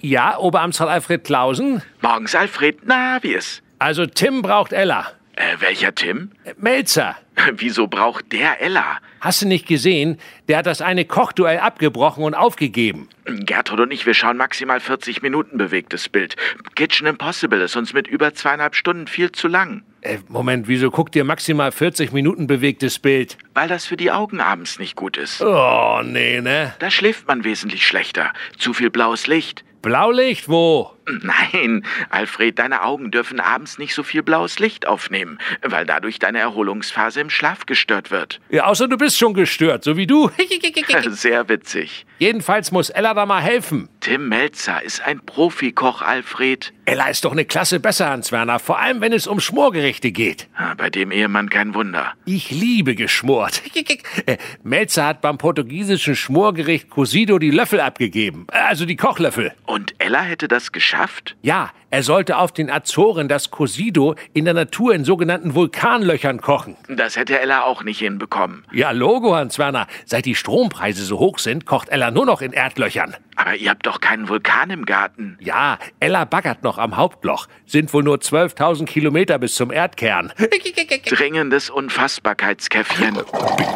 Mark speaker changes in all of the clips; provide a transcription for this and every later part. Speaker 1: Ja, Oberamtsrat Alfred Klausen.
Speaker 2: Morgens, Alfred. Na, wie ist?
Speaker 1: Also Tim braucht Ella.
Speaker 2: Äh, welcher Tim?
Speaker 1: Äh, Melzer.
Speaker 2: Wieso braucht der Ella?
Speaker 1: Hast du nicht gesehen? Der hat das eine Kochduell abgebrochen und aufgegeben.
Speaker 2: Gertrud und ich, wir schauen maximal 40 Minuten bewegtes Bild. Kitchen Impossible ist uns mit über zweieinhalb Stunden viel zu lang.
Speaker 1: Äh, Moment, wieso guckt ihr maximal 40 Minuten bewegtes Bild?
Speaker 2: Weil das für die Augen abends nicht gut ist.
Speaker 1: Oh, nee, ne?
Speaker 2: Da schläft man wesentlich schlechter. Zu viel blaues Licht.
Speaker 1: Blaulicht, wo?
Speaker 2: Nein, Alfred, deine Augen dürfen abends nicht so viel blaues Licht aufnehmen, weil dadurch deine Erholungsphase im Schlaf gestört wird.
Speaker 1: Ja, außer du bist schon gestört, so wie du.
Speaker 2: Sehr witzig.
Speaker 1: Jedenfalls muss Ella da mal helfen.
Speaker 2: Tim Melzer ist ein Profikoch, Alfred.
Speaker 1: Ella ist doch eine Klasse besser, Hans-Werner, vor allem wenn es um Schmorgerichte geht.
Speaker 2: Ah, Bei dem Ehemann kein Wunder.
Speaker 1: Ich liebe geschmort. Äh, Melzer hat beim portugiesischen Schmorgericht Cosido die Löffel abgegeben, äh, also die Kochlöffel.
Speaker 2: Und Ella hätte das geschafft?
Speaker 1: Ja, er sollte auf den Azoren das Cosido in der Natur in sogenannten Vulkanlöchern kochen.
Speaker 2: Das hätte Ella auch nicht hinbekommen.
Speaker 1: Ja, Logo, Hans-Werner. Seit die Strompreise so hoch sind, kocht Ella nur noch in Erdlöchern.
Speaker 2: Aber ihr habt doch keinen Vulkan im Garten.
Speaker 1: Ja, Ella baggert noch am Hauptloch. Sind wohl nur 12.000 Kilometer bis zum Erdkern.
Speaker 2: Dringendes Unfassbarkeitskäffchen.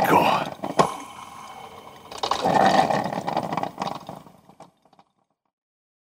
Speaker 1: Bingo.